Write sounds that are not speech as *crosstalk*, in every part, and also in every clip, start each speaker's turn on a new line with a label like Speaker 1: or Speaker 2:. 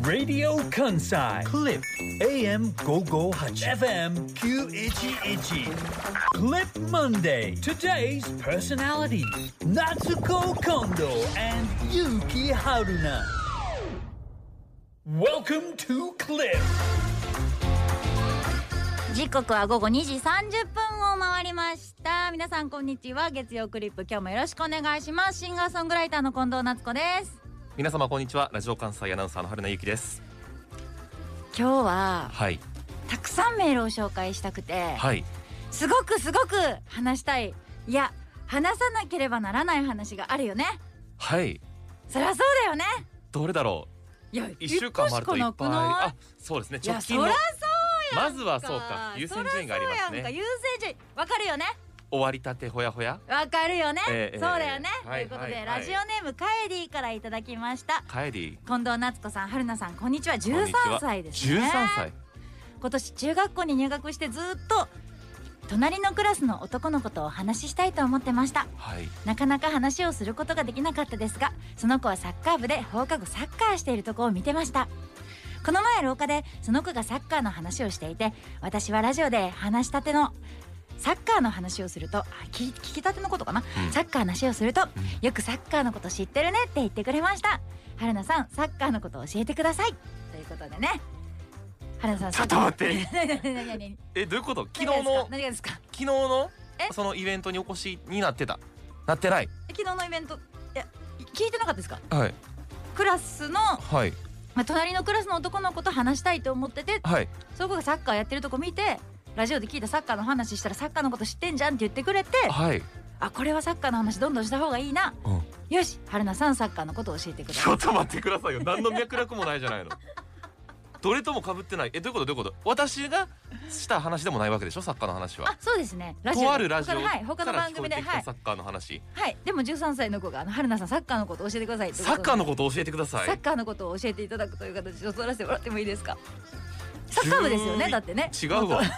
Speaker 1: ラディオ関西クリップ AM558FM911 E Clip Monday Today's personality Natsuko Kondo and Yuki Haruna Welcome to Clip
Speaker 2: 時刻は午後2時30分を回りました皆さんこんにちは月曜クリップ今日もよろしくお願いしますシンガーソングライターの近藤夏子です
Speaker 3: 皆様こんにちはラジオ関西アナウンサーの春名由紀です
Speaker 2: 今日は
Speaker 3: はい
Speaker 2: たくさんメールを紹介したくて、
Speaker 3: はい
Speaker 2: すごくすごく話したいいや話さなければならない話があるよね
Speaker 3: はい
Speaker 2: そりゃそうだよね
Speaker 3: どれだろ
Speaker 2: いや
Speaker 3: う一週間もあるといっ
Speaker 2: 一個
Speaker 3: ぱ
Speaker 2: しか
Speaker 3: い
Speaker 2: なくない
Speaker 3: あそうですね
Speaker 2: いや
Speaker 3: 直近の
Speaker 2: そら
Speaker 3: まずはそうか優先順位があります
Speaker 2: そらそうやんか
Speaker 3: ね
Speaker 2: 優先順位わかるよね
Speaker 3: 終わりたてほやほや
Speaker 2: わかるよね、
Speaker 3: ええ
Speaker 2: そうだよね、
Speaker 3: ええはい
Speaker 2: ということで、
Speaker 3: はいはい
Speaker 2: ラジオネームカエディからいただきました
Speaker 3: 帰り
Speaker 2: 近藤夏子さん春菜さんこんにちは
Speaker 3: こんにちは
Speaker 2: 13歳ですね
Speaker 3: 13歳
Speaker 2: 今年中学校に入学してずっと隣のクラスの男の子とお話ししたいと思ってました
Speaker 3: はい
Speaker 2: なかなか話をすることができなかったですがその子はサッカー部で放課後サッカーしているとこを見てましたこの前廊下でその子がサッカーの話をしていて私はラジオで話したてのサッカーの話をするとあ聞聞きたてのことかな、
Speaker 3: うん
Speaker 2: サッカーの話をすると、よくサッカーのこと知ってるねって言ってくれました春菜さんサッカーのことを教えてくださいということでね春菜さん
Speaker 3: ちょっと待って
Speaker 2: サッカー *laughs* 何何何
Speaker 3: えどういうこと昨日
Speaker 2: 何がですか
Speaker 3: の昨
Speaker 2: 何がですか
Speaker 3: 日の
Speaker 2: え
Speaker 3: そのイベントにお越しになってたなってない
Speaker 2: 昨日のイベントえ聞いてなかったですか
Speaker 3: はい
Speaker 2: クラスの
Speaker 3: はい
Speaker 2: まあ、隣のクラスの男の子と話したいと思ってて
Speaker 3: はい
Speaker 2: その子がサッカーやってるとこ見てラジオで聞いたサッカーの話したらサッカーのこと知ってんじゃんって言ってくれて
Speaker 3: はい
Speaker 2: あこれはサッカーの話どんどんした方がいいな
Speaker 3: うん
Speaker 2: よし春菜さんサッカーのことを教えてくだ
Speaker 3: ち
Speaker 2: さ
Speaker 3: ょ
Speaker 2: い
Speaker 3: っと待ってくださいよ何の脈絡もないじゃないのどれとも被ってないえどういうことどういうこと私がした話でもないわけでしょサッカーの話は
Speaker 2: あそうですねラジオ
Speaker 3: とあるラジオ
Speaker 2: 他のはい
Speaker 3: か
Speaker 2: 他の
Speaker 3: ら
Speaker 2: 番
Speaker 3: 聞こ
Speaker 2: 組
Speaker 3: え
Speaker 2: で
Speaker 3: てき
Speaker 2: は
Speaker 3: た
Speaker 2: い
Speaker 3: サッカーの話
Speaker 2: はいでも13歳の子があの春菜さんサッカーのことを教えてくださいってこと
Speaker 3: サ
Speaker 2: で
Speaker 3: ッカーのことを教えてくださ
Speaker 2: サッ
Speaker 3: い
Speaker 2: カーのことを教えていただくという形で取らせてもらってもいいですかサッカー部ですよねだってね
Speaker 3: 違うわ *laughs*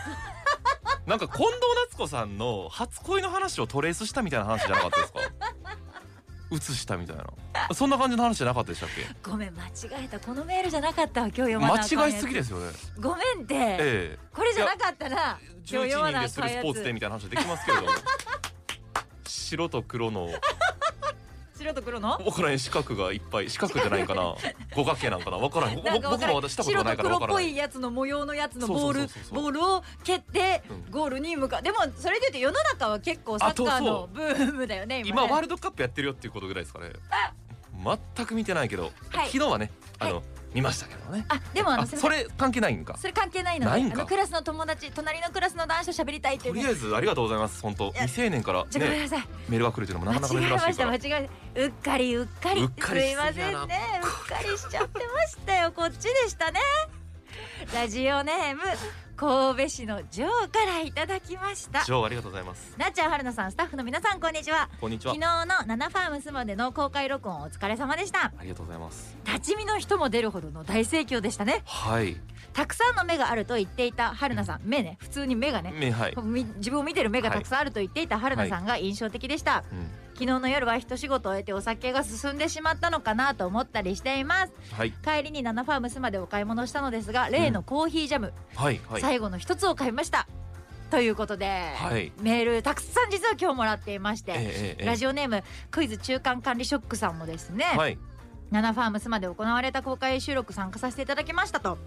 Speaker 3: なんか近藤夏子さんの初恋の話をトレースしたみたいな話じゃなかったですか映したみたいなそんな感じの話じゃなかったでしたっけ
Speaker 2: ごめん間違えたこのメールじゃなかったわ今日読まなあかんや
Speaker 3: 間違い
Speaker 2: つ
Speaker 3: すぎですよね
Speaker 2: ごめんって
Speaker 3: え
Speaker 2: これじゃなかったら
Speaker 3: え
Speaker 2: 今日読ま
Speaker 3: 11人
Speaker 2: な
Speaker 3: で
Speaker 2: あ
Speaker 3: す
Speaker 2: か
Speaker 3: る
Speaker 2: ん
Speaker 3: ス
Speaker 2: や
Speaker 3: ポーツ展
Speaker 2: つ
Speaker 3: みたいな話はできますけれども白と黒の
Speaker 2: 白と黒の
Speaker 3: わからへん四角がいっぱい四角じゃないかな五角 *laughs* 形なんかなわからへん
Speaker 2: なんかわ
Speaker 3: 僕
Speaker 2: か
Speaker 3: も
Speaker 2: る
Speaker 3: 私したことないからわ
Speaker 2: 白と黒
Speaker 3: か
Speaker 2: っ
Speaker 3: ら
Speaker 2: ぽ
Speaker 3: ない
Speaker 2: いやつの模様のやつのボール
Speaker 3: そうそうそうそうそう
Speaker 2: ボールを蹴って
Speaker 3: うん
Speaker 2: ゴールに向かうでもそれで言うと世の中は結構サッカー
Speaker 3: あ
Speaker 2: の
Speaker 3: そう
Speaker 2: ブームだよね今
Speaker 3: 今
Speaker 2: ね
Speaker 3: ワールドカップやってるよっていうことぐらいですかね *laughs* 全く見てないけど、
Speaker 2: はい
Speaker 3: 昨日はねあの、
Speaker 2: は
Speaker 3: 見ましたけどね
Speaker 2: あでもあの
Speaker 3: あ
Speaker 2: すみ
Speaker 3: そ
Speaker 2: ません
Speaker 3: れ関係ないんか
Speaker 2: それ関係ないので
Speaker 3: ないん
Speaker 2: あ
Speaker 3: か
Speaker 2: のクラスの友達隣のクラスの男子と喋りたいってい
Speaker 3: と
Speaker 2: う
Speaker 3: り
Speaker 2: ね
Speaker 3: あえずありがとうございます本当
Speaker 2: や
Speaker 3: 未成年から
Speaker 2: ちょごめん
Speaker 3: ね
Speaker 2: なさい
Speaker 3: メールが来るというのもなかなか
Speaker 2: 間違え
Speaker 3: 珍
Speaker 2: ま
Speaker 3: しい
Speaker 2: し
Speaker 3: か
Speaker 2: た間
Speaker 3: ら
Speaker 2: 違えうっかりうっかり
Speaker 3: うっかりし
Speaker 2: す
Speaker 3: す
Speaker 2: い
Speaker 3: ぎ
Speaker 2: ま
Speaker 3: やな
Speaker 2: せんねうっかりしちゃってましたよこっちでしたねラジオネーム神戸市のジョーからいただきました
Speaker 3: ジョーありがとうございます
Speaker 2: なっちゃんはるなさんスタッフの皆さんこんにちは
Speaker 3: こんにちは
Speaker 2: 昨日のナナファームスまでの公開録音お疲れ様でした
Speaker 3: ありがとうございます
Speaker 2: 立ち見の人も出るほどの大盛況でしたね
Speaker 3: はい
Speaker 2: たくさんの目があると言っていたはるなさん目ね普通に目がね
Speaker 3: 目はい、
Speaker 2: み自分を見てる目がたくさんあると言っていたはるなさんが印象的でした、
Speaker 3: うん、
Speaker 2: 昨日の夜は一仕事終えてお酒が進んでしまったのかなと思ったりしています
Speaker 3: はい
Speaker 2: 帰りにナナファームスまでお買い物したのですが例のコーヒージャム、
Speaker 3: はいはい
Speaker 2: 最後の一つを買いましたということで、
Speaker 3: はい
Speaker 2: メールたくさん実は今日もらっていまし
Speaker 3: え
Speaker 2: て、
Speaker 3: ええええ
Speaker 2: ラジオネームクイズ中間管理ショックさんもですね、
Speaker 3: えはい
Speaker 2: ナナファームスまで行われた公開収録参加させていただきましたと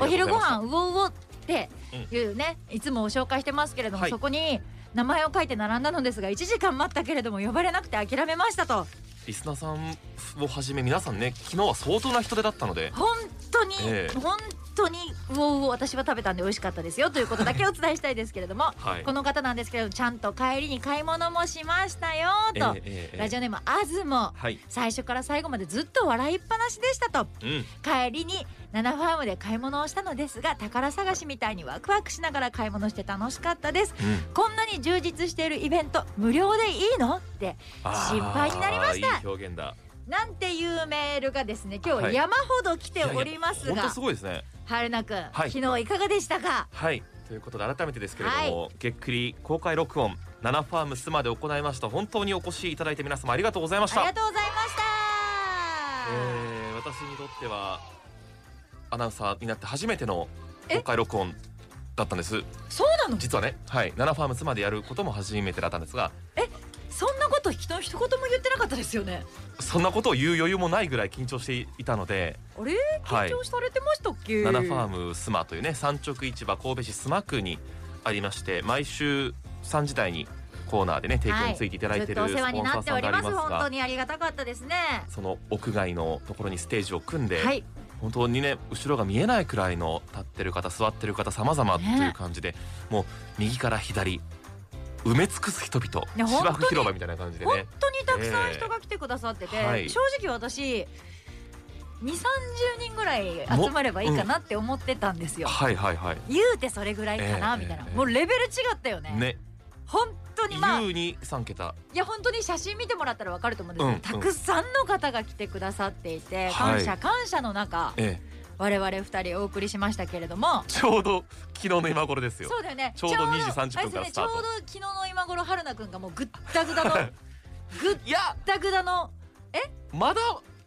Speaker 2: お
Speaker 3: ありが
Speaker 2: 昼
Speaker 3: とう
Speaker 2: ご
Speaker 3: ざいました
Speaker 2: 飯うおうおっていうね、いつも紹介してますけれども、
Speaker 3: はい
Speaker 2: そこに名前を書いて並んだのですが1時間待ったけれども呼ばれなくて諦めましたと
Speaker 3: リスナーさんをはじめ皆さんね昨日は相当な人手だったので
Speaker 2: 本当に、
Speaker 3: ええ
Speaker 2: 本当にうおうお私は食べたんで美味しかったですよということだけお伝えしたいですけれども、
Speaker 3: *laughs* はい
Speaker 2: この方なんですけれどもちゃんと帰りに買い物もしましたよ
Speaker 3: え
Speaker 2: と、
Speaker 3: えええ
Speaker 2: ラジオネームあずも
Speaker 3: はい
Speaker 2: 最初から最後までずっと笑いっぱなしでしたと
Speaker 3: うん
Speaker 2: 帰りにナナファームで買い物をしたのですが宝探しみたいにワクワクしながら買い物して楽しかったです
Speaker 3: うん
Speaker 2: こんなに充実しているイベント無料でいいのって
Speaker 3: あー
Speaker 2: 心配になりました
Speaker 3: いい表現だ
Speaker 2: ねなんていうメールがですね今
Speaker 3: は
Speaker 2: 日
Speaker 3: い
Speaker 2: 山ほど来ておりますが、
Speaker 3: 本当すごいですね
Speaker 2: 春菜くん、
Speaker 3: はい
Speaker 2: 昨日いかがでしたか
Speaker 3: はいということで改めてですけれども、げっくり公開録音7ファームスまで行いました本当にお越しいただいて皆様ありがとうございまし
Speaker 2: あり
Speaker 3: た
Speaker 2: がとうございました、
Speaker 3: えー私にとってはアナウンサーになって初めての公開録音だったんです
Speaker 2: そうなの
Speaker 3: 実はねはい7ファームスまでやることも初めてだったんですが
Speaker 2: そんなこと人一言も言ってなかったですよね
Speaker 3: そんなことを言う余裕もないぐらい緊張していたので
Speaker 2: あれ
Speaker 3: はい
Speaker 2: 緊張されてましたっけ、
Speaker 3: ナナファームスマというね産直市場神戸市スマ区にありまして毎週3時台にコーナーでね提供についていただいている
Speaker 2: ずっ
Speaker 3: ス
Speaker 2: とお
Speaker 3: ポン
Speaker 2: 世話に
Speaker 3: サ
Speaker 2: な
Speaker 3: ー
Speaker 2: って
Speaker 3: さ
Speaker 2: お
Speaker 3: ん
Speaker 2: り
Speaker 3: であ
Speaker 2: ま
Speaker 3: り
Speaker 2: す
Speaker 3: ま
Speaker 2: 本
Speaker 3: す
Speaker 2: 当
Speaker 3: が
Speaker 2: にありがたかったですね
Speaker 3: その屋外のところにステージを組んで、
Speaker 2: はい
Speaker 3: 本当にね後ろが見えないくらいの立ってる方座ってる方様々という感じで、もう右から左埋め尽くす人々
Speaker 2: や本当
Speaker 3: 芝
Speaker 2: に
Speaker 3: 生広場みたいな感じで
Speaker 2: 本
Speaker 3: ね
Speaker 2: 当にたくさん人が来てくださってて、
Speaker 3: ええはい
Speaker 2: 正直私2 3 0人ぐらい集まればいいかなって思ってたんですよ、
Speaker 3: はいはいはい
Speaker 2: 言うてそれぐらいかな、
Speaker 3: ええ
Speaker 2: みたいな
Speaker 3: ええ
Speaker 2: もうレベル違ったよね
Speaker 3: ね
Speaker 2: 本当にまあい
Speaker 3: 優に3桁
Speaker 2: や本当に写真見てもらったらわかると思うんです
Speaker 3: うんうん
Speaker 2: けど、たくさんの方が来てくださっていて、
Speaker 3: はい
Speaker 2: 感謝感謝の中
Speaker 3: ええ
Speaker 2: 我々2人お送りしましたけれども
Speaker 3: ちょうど昨日の今頃ですよ
Speaker 2: そうだよね
Speaker 3: ちょうど2時30分からスタート
Speaker 2: あれですねちょうど昨日の今頃春菜くんがもうぐったぐだの
Speaker 3: *laughs*
Speaker 2: ぐっ
Speaker 3: いや
Speaker 2: たぐだの
Speaker 3: まだ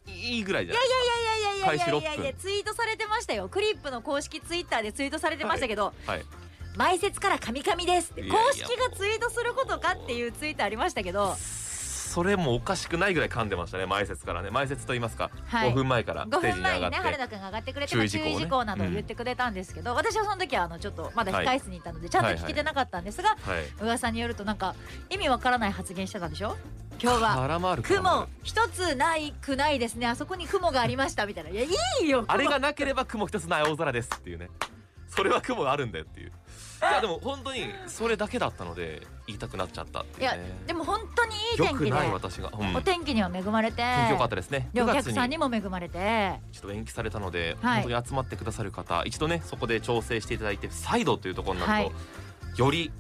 Speaker 3: いいぐらいじゃない
Speaker 2: いやいやいやいやいや
Speaker 3: 開始
Speaker 2: い
Speaker 3: 6
Speaker 2: や
Speaker 3: 分
Speaker 2: ツイートされてましたよクリップの公式ツイッターでツイートされてましたけど、
Speaker 3: はいはい
Speaker 2: 前説からカミカミですって
Speaker 3: いやい
Speaker 2: 公
Speaker 3: や
Speaker 2: 式がツイートすることかっていうツイートありましたけど
Speaker 3: それもおかしくないぐらい噛んでましたね前説からね前説と言いますか、
Speaker 2: はい
Speaker 3: 5分前からステ
Speaker 2: 5
Speaker 3: ージ
Speaker 2: 分
Speaker 3: に上
Speaker 2: 前
Speaker 3: が
Speaker 2: にね
Speaker 3: って、
Speaker 2: 原田くんが上がってくれて
Speaker 3: 注
Speaker 2: ま
Speaker 3: 意
Speaker 2: あ
Speaker 3: 事
Speaker 2: 注
Speaker 3: 項をね
Speaker 2: 意事項などを
Speaker 3: うん
Speaker 2: 言ってくれたんですけど、私はその時はあのちょっとまだ
Speaker 3: はい
Speaker 2: 控室にいたのでちゃんと聞けてなかったんですが、
Speaker 3: はい
Speaker 2: 噂によるとなんか意味わからない発言してたんでしょ今日は
Speaker 3: 空回る空回
Speaker 2: 雲
Speaker 3: る
Speaker 2: 一つないくないですねあそこに雲がありましたみたいないやいいよ
Speaker 3: あれがなければ雲一つない大空ですっていうねそれは雲があるんだよっていういやでも本当にそれだけだったので言いたくなっちゃったって
Speaker 2: い
Speaker 3: いう
Speaker 2: や
Speaker 3: ね
Speaker 2: でも本当にいい
Speaker 3: よ
Speaker 2: 天気
Speaker 3: く
Speaker 2: で
Speaker 3: ない私が、うん、
Speaker 2: お
Speaker 3: 天
Speaker 2: 天気には恵まれて
Speaker 3: 気良かったですね
Speaker 2: で
Speaker 3: 9
Speaker 2: お
Speaker 3: 月
Speaker 2: 客さんに
Speaker 3: に
Speaker 2: も恵まれて
Speaker 3: ちょっと延期されたので、
Speaker 2: はい
Speaker 3: 本当に集まってくださる方一度ねそこで調整していただいて再度というところになると、
Speaker 2: は
Speaker 3: より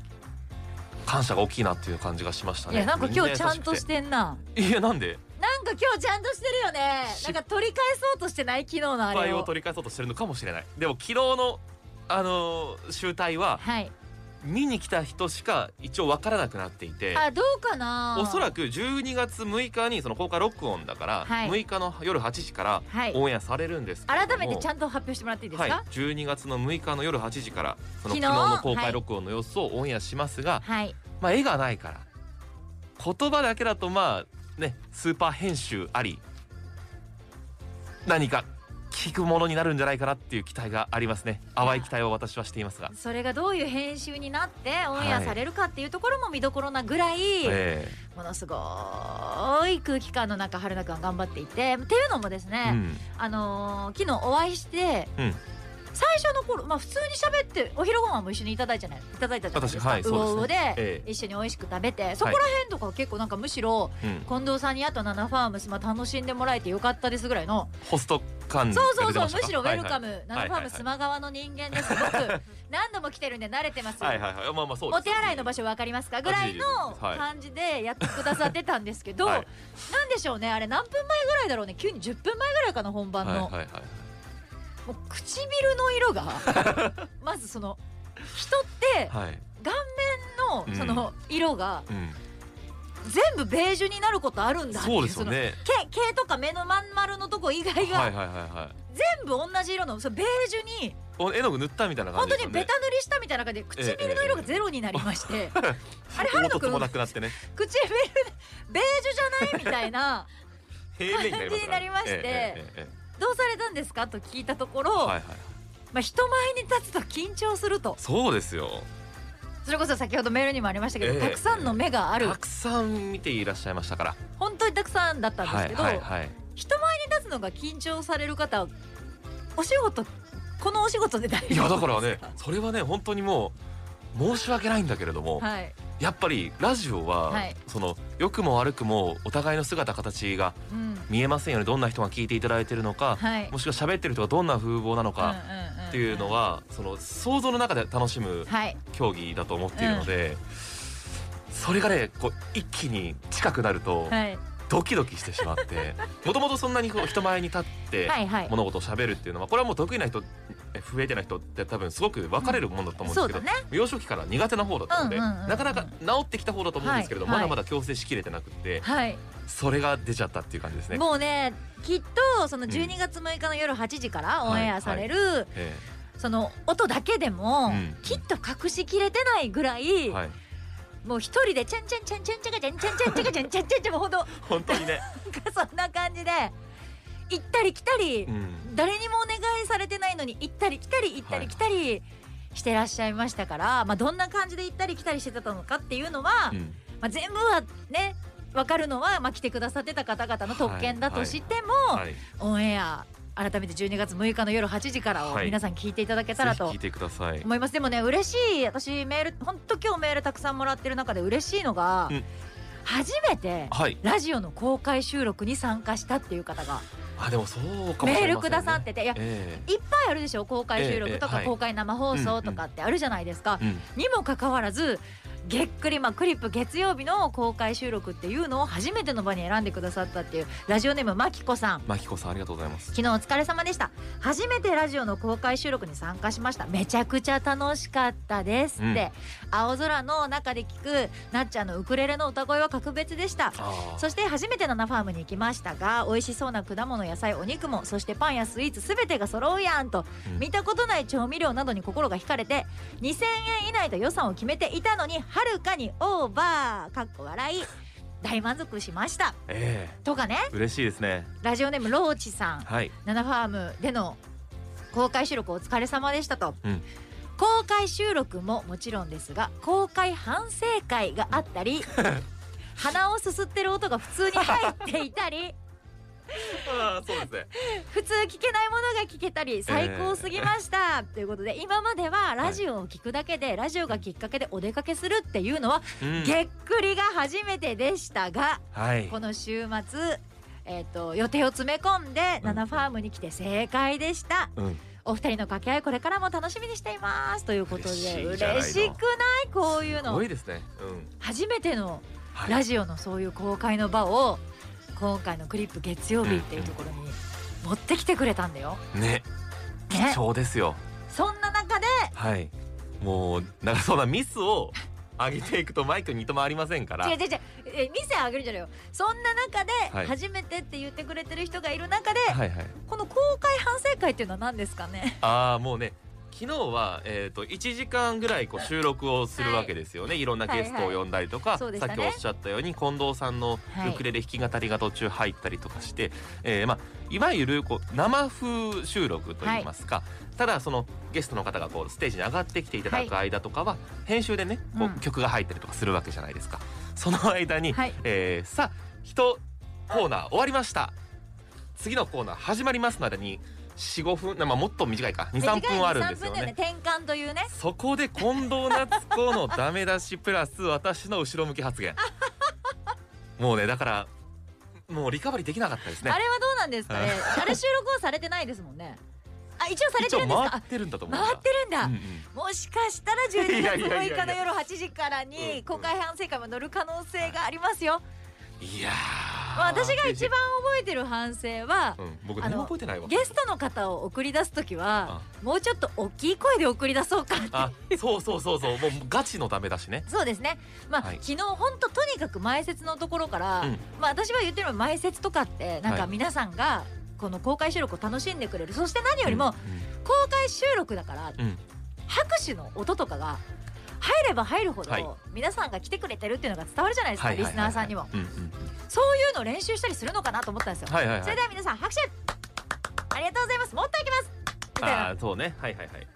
Speaker 3: 感謝が大きいなっていう感じがしました
Speaker 2: い
Speaker 3: ね
Speaker 2: やなんか今日ちゃんと
Speaker 3: みな優しくて *laughs*
Speaker 2: してんない
Speaker 3: やなんで
Speaker 2: なんか今日ちゃんとしてるよね
Speaker 3: 失
Speaker 2: なん
Speaker 3: 敗
Speaker 2: か取り返そうとしてない昨日のあ
Speaker 3: 場
Speaker 2: れ
Speaker 3: 合を
Speaker 2: を
Speaker 3: 取り返そうとしてるのかもしれないでも昨日のあのー集大は
Speaker 2: はい
Speaker 3: 見に来た人しか一応わからなくなっていて
Speaker 2: あどうかな
Speaker 3: おそら
Speaker 2: く
Speaker 3: く12月6日にその公開録音だから、
Speaker 2: はい
Speaker 3: 6日の夜8時から
Speaker 2: はい
Speaker 3: オンエアされるんですけれども
Speaker 2: 改めてちゃんと発表してもらっていいです
Speaker 3: はい
Speaker 2: か、
Speaker 3: 12月の6日の夜8時からその
Speaker 2: 昨日
Speaker 3: 昨日の公
Speaker 2: は
Speaker 3: 開
Speaker 2: い
Speaker 3: 録音の様子をオンエアしますが、
Speaker 2: はい、
Speaker 3: まあ絵がないから言葉だけだとまあねスーパー編集あり何か聞くものになるんじゃないかなっていう期待がありますね淡い期待を私はしていますが、
Speaker 2: それがどういう編集になってオンエアされるかっていうところも見どころなぐらい、
Speaker 3: え
Speaker 2: ものすごい空気感の中春菜くんは頑張っていてっていうのもですね、
Speaker 3: えうん
Speaker 2: あのー昨日お会いして、
Speaker 3: うん
Speaker 2: 最初の頃、まあ、普通に喋ってお昼ご飯も一緒にいただいたじゃないいただいたじゃないですか、
Speaker 3: 私はいそうですね
Speaker 2: うおうで、
Speaker 3: ええ
Speaker 2: 一緒に美味しく食べてそこら辺とかは結構なんかむしろ
Speaker 3: うん、
Speaker 2: 近藤さんにあと7ファームス、まあ、楽しんでもらえてよかったですぐらいの、
Speaker 3: ホスト感
Speaker 2: そうそう
Speaker 3: が出て
Speaker 2: そう
Speaker 3: また
Speaker 2: むしろウェルカム、
Speaker 3: は
Speaker 2: 7
Speaker 3: い
Speaker 2: ファームスマ側の人間
Speaker 3: *laughs*
Speaker 2: ですごく何度も来てるんで慣れてます、
Speaker 3: はいはいはいはいまあまあそうです
Speaker 2: お手洗いの場所分かりますかぐらいの
Speaker 3: はい
Speaker 2: 感じでやってくださってたんですけど、
Speaker 3: はい
Speaker 2: なんでしょうねあれ何分前ぐらいだろうね急に10分前ぐらいかな本番の。
Speaker 3: はいはいはいはい
Speaker 2: もう唇の色が
Speaker 3: *laughs*
Speaker 2: まずその人って
Speaker 3: はい、
Speaker 2: の
Speaker 3: うん
Speaker 2: その色が
Speaker 3: うん、
Speaker 2: 全部ベージュになることあるんだってい
Speaker 3: そううですよね
Speaker 2: の毛毛とか目のまん丸のとこ以外
Speaker 3: はいはい
Speaker 2: が
Speaker 3: はいはい
Speaker 2: 全部同じ色のそのベージュに
Speaker 3: お絵の具塗ったみたいな感
Speaker 2: 本
Speaker 3: じ
Speaker 2: 当
Speaker 3: です
Speaker 2: に
Speaker 3: よ
Speaker 2: ベ
Speaker 3: ね
Speaker 2: タ塗りしたみたいな感じで
Speaker 3: ええ
Speaker 2: 唇の色がゼロになりまして *laughs* あれ
Speaker 3: 音
Speaker 2: 春く
Speaker 3: と
Speaker 2: ん
Speaker 3: もなくなってね
Speaker 2: 唇ベージュじゃないみたいな
Speaker 3: 平面にな
Speaker 2: *laughs*
Speaker 3: りますから
Speaker 2: 感じになりまして
Speaker 3: えええええ
Speaker 2: どうされたんですかと聞いたところ、
Speaker 3: えはいはい
Speaker 2: まあ、人前に立つと緊張すると
Speaker 3: そうですよ
Speaker 2: それこそ先ほどメールにもありましたけど、
Speaker 3: ええ
Speaker 2: たくさんの目がある
Speaker 3: たくさん見ていらっしゃいましたから
Speaker 2: 本当にたくさんだったんですけど、
Speaker 3: はいはいはい、
Speaker 2: 人前に立つのが緊張される方お仕事このお仕事で大
Speaker 3: い
Speaker 2: 丈
Speaker 3: や
Speaker 2: 夫
Speaker 3: だからね
Speaker 2: です
Speaker 3: それはね本当にもう申し訳ないんだけれども、
Speaker 2: はい
Speaker 3: やっぱりラジオは、
Speaker 2: はい
Speaker 3: その良くも悪くもお互いの姿形が
Speaker 2: うん
Speaker 3: 見えませんよねどんな人が聞いていただいてるのか、
Speaker 2: はい
Speaker 3: もしくは喋ってる人がどんな風貌なのか
Speaker 2: っ
Speaker 3: っていうのは、その想像の中で楽しむ
Speaker 2: はい
Speaker 3: 競技だと思っているので、それがねこう一気に近くなると、
Speaker 2: はい
Speaker 3: ドキドキしてし
Speaker 2: *laughs*
Speaker 3: まってもともとそんなにこう人前に立って
Speaker 2: はいはい
Speaker 3: 物事を喋るっていうのはこれはもう得意な人え不得手な人って多分すごく分かれるもんだと思うんですけど、
Speaker 2: うんそうだ
Speaker 3: 幼少期から苦手な方だったので、
Speaker 2: うんうんうんうん
Speaker 3: なかなか治ってきた方だと思うんですけれど、
Speaker 2: はいはい
Speaker 3: まだまだ矯正しきれてなくって
Speaker 2: はい
Speaker 3: それが出ちゃったっていう感じですね。
Speaker 2: もうねきっとその12月6日の夜8時からオンエアされる、
Speaker 3: え
Speaker 2: その音だけでも、
Speaker 3: うん
Speaker 2: きっと隠しきれてないぐらい、
Speaker 3: えはい、
Speaker 2: もう一人でチャンチャンチャンチャンチャンチャンチャンチャンチャンチャンチャンチャンチャンほんとなんか
Speaker 3: 本
Speaker 2: *laughs*
Speaker 3: 当にね、
Speaker 2: そんな感じで行ったり来たり、
Speaker 3: うん、
Speaker 2: 誰にもお願いされてないのに行ったり来たり行ったり来たりしてらっしゃいましたから、まあ、どんな感じで行ったり来たりしてたのかっていうのは、
Speaker 3: うん
Speaker 2: まあ、全部はね分かるのは、まあ、来てくださってた方々の特権だとしても、
Speaker 3: はい、ぜ
Speaker 2: オンエア改めて12月6日の夜8時からを
Speaker 3: はい
Speaker 2: 皆さん聞いていただけ
Speaker 3: ひ
Speaker 2: たらと
Speaker 3: 聞いてください。
Speaker 2: 思いますでもね嬉しい私メール本当今日メールたくさんもらってる中で嬉しいのが、
Speaker 3: うん
Speaker 2: 初めて
Speaker 3: はい、
Speaker 2: ラジオの公開収録に参加したっていう方が
Speaker 3: あでもそうかもしれません、ね、
Speaker 2: メールくださってていや
Speaker 3: え
Speaker 2: いっぱいあるでしょ公開収録と
Speaker 3: えええ
Speaker 2: か
Speaker 3: え
Speaker 2: 公開生放送とかってあるじゃないですか
Speaker 3: え。うん、
Speaker 2: にもかかわらずげっくりまあクリップ月曜日の公開収録っていうのを初めての場に選んでくださったっていうラジオネームまきこさん
Speaker 3: マキコさんありがとうございます。
Speaker 2: 昨日お疲れ様でした初めてラジオの公開収録に参加しましためちゃくちゃ楽しかったですって、青空の中で聞くなっちゃんのウクレレの歌声は格別でした
Speaker 3: あ
Speaker 2: そして初めてナナファームに行きましたが美味しそうな果物野菜お肉もそしてパンやスイーツすべてが揃うやんと、
Speaker 3: うん
Speaker 2: 見たことない調味料などに心が惹かれて2000円以内と予算を決めていたのにはるかにオーバーかっこ笑い大満足しました
Speaker 3: ーえ
Speaker 2: とかね
Speaker 3: え嬉しいですね。
Speaker 2: ラジオネームローチさん
Speaker 3: はい、
Speaker 2: ナナファームでの公開収録お疲れ様でしたと、
Speaker 3: うん
Speaker 2: 公開収録ももちろんですが公開反省会があった
Speaker 3: *laughs*
Speaker 2: り鼻をすすってる音が普通に入っていたり *laughs*
Speaker 3: あそうですね。
Speaker 2: 普通聞けないものが聞けたり最高すぎました、ということで今まではラジオを聞くだけで、ラジオがきっかけでお出かけするっていうのは、
Speaker 3: うん、
Speaker 2: げっくりが初めてでしたが
Speaker 3: はい、
Speaker 2: この週末、えー、と予定を詰め込んで、
Speaker 3: うん
Speaker 2: ナナファームに来て正解でした。
Speaker 3: うん、
Speaker 2: お二人の掛け合いこれからも楽しみにしていますということで
Speaker 3: 嬉し
Speaker 2: 嬉
Speaker 3: い
Speaker 2: し
Speaker 3: じゃないの
Speaker 2: くないこういう
Speaker 3: すご
Speaker 2: の
Speaker 3: いですね。うん、
Speaker 2: 初めての
Speaker 3: はい
Speaker 2: ラジオのそういう公開の場を今回のクリップ月曜日っていうところに持ってきてくれたんだよ。
Speaker 3: ね、
Speaker 2: ね
Speaker 3: 貴、重ですよ。
Speaker 2: そんな中で
Speaker 3: はい、もうなんかそんなミスを上げていくとマイクにともありませんから。
Speaker 2: 違う違う違うえ店あげるんじゃないよそんな中で
Speaker 3: はい
Speaker 2: 初めてって言ってくれてる人がいる中で、
Speaker 3: はいはい。
Speaker 2: この公開反省会っていうのは何ですかね
Speaker 3: ああもうね。昨日は、えー、と1時間ぐらいこう収録をするわけですよね、い、ろんなゲストを呼んだりとか、
Speaker 2: はいはいそうでした
Speaker 3: さ
Speaker 2: ね
Speaker 3: っきおっしゃったように近藤さんの
Speaker 2: はい
Speaker 3: ウクレレ弾き語りが途中入ったりとかして、えーまあ、いわゆるこう生風収録といいますか、ただそのゲストの方がこうステージに上がってきていただく間とかは、編集でねこ
Speaker 2: うん
Speaker 3: う曲が入ったりとかするわけじゃないですか。その間に、
Speaker 2: はい
Speaker 3: えーさあ一コーナー終わりました次のコーナー始まりますまでに45分まあもっと短いか23分はあるんですよ
Speaker 2: 短い23分だよ
Speaker 3: ね
Speaker 2: ね転換というね
Speaker 3: そこで近藤夏子のダメ出しプラス私の後ろ向き発言
Speaker 2: *laughs*
Speaker 3: もうねだからもうリカバリーできなかったですね
Speaker 2: あれはどうなんですかね。あれ収録はされてないですもんね。あ、一応され
Speaker 3: 一
Speaker 2: て
Speaker 3: 応
Speaker 2: るんです
Speaker 3: 回
Speaker 2: か
Speaker 3: っ。てるんだと
Speaker 2: あ
Speaker 3: 思う
Speaker 2: 回ってるんだ。
Speaker 3: うんうん
Speaker 2: もしかしたら
Speaker 3: い
Speaker 2: 12
Speaker 3: や
Speaker 2: 月
Speaker 3: いやいやいや
Speaker 2: 6日の夜8時から
Speaker 3: うんう
Speaker 2: に
Speaker 3: ん
Speaker 2: 公開反省会も乗る可能性がありますよ。
Speaker 3: いやー
Speaker 2: まあ私が一番覚えてる反省は、
Speaker 3: うん僕
Speaker 2: あ
Speaker 3: 何
Speaker 2: の
Speaker 3: も覚えてないわ
Speaker 2: ゲストの方を送り出すときは、もうちょっと大きい声で送り出そうかって。
Speaker 3: あそうそうそうそうもうガチのダメ出しね
Speaker 2: そうですね、まあ
Speaker 3: はい
Speaker 2: 昨日本当とにかく前説のところから、
Speaker 3: うん
Speaker 2: まあ、私は言ってるのは前説とかってなんか
Speaker 3: はい
Speaker 2: 皆さんがこの公開収録を楽しんでくれるそして何よりも、公開収録だから
Speaker 3: うんうん
Speaker 2: 拍手の音とかが入れば入るほど
Speaker 3: はい
Speaker 2: 皆さんが来てくれてるっていうのが伝わるじゃないですか、リスナーさんにも、
Speaker 3: うんうんうん
Speaker 2: そういうの練習したりするのかなと思ったんですよ、
Speaker 3: はいはい
Speaker 2: そ
Speaker 3: は
Speaker 2: れ
Speaker 3: い
Speaker 2: では皆さん拍手ありがとうございますもっといきますみたい
Speaker 3: あ
Speaker 2: な
Speaker 3: あそうねはいはいはい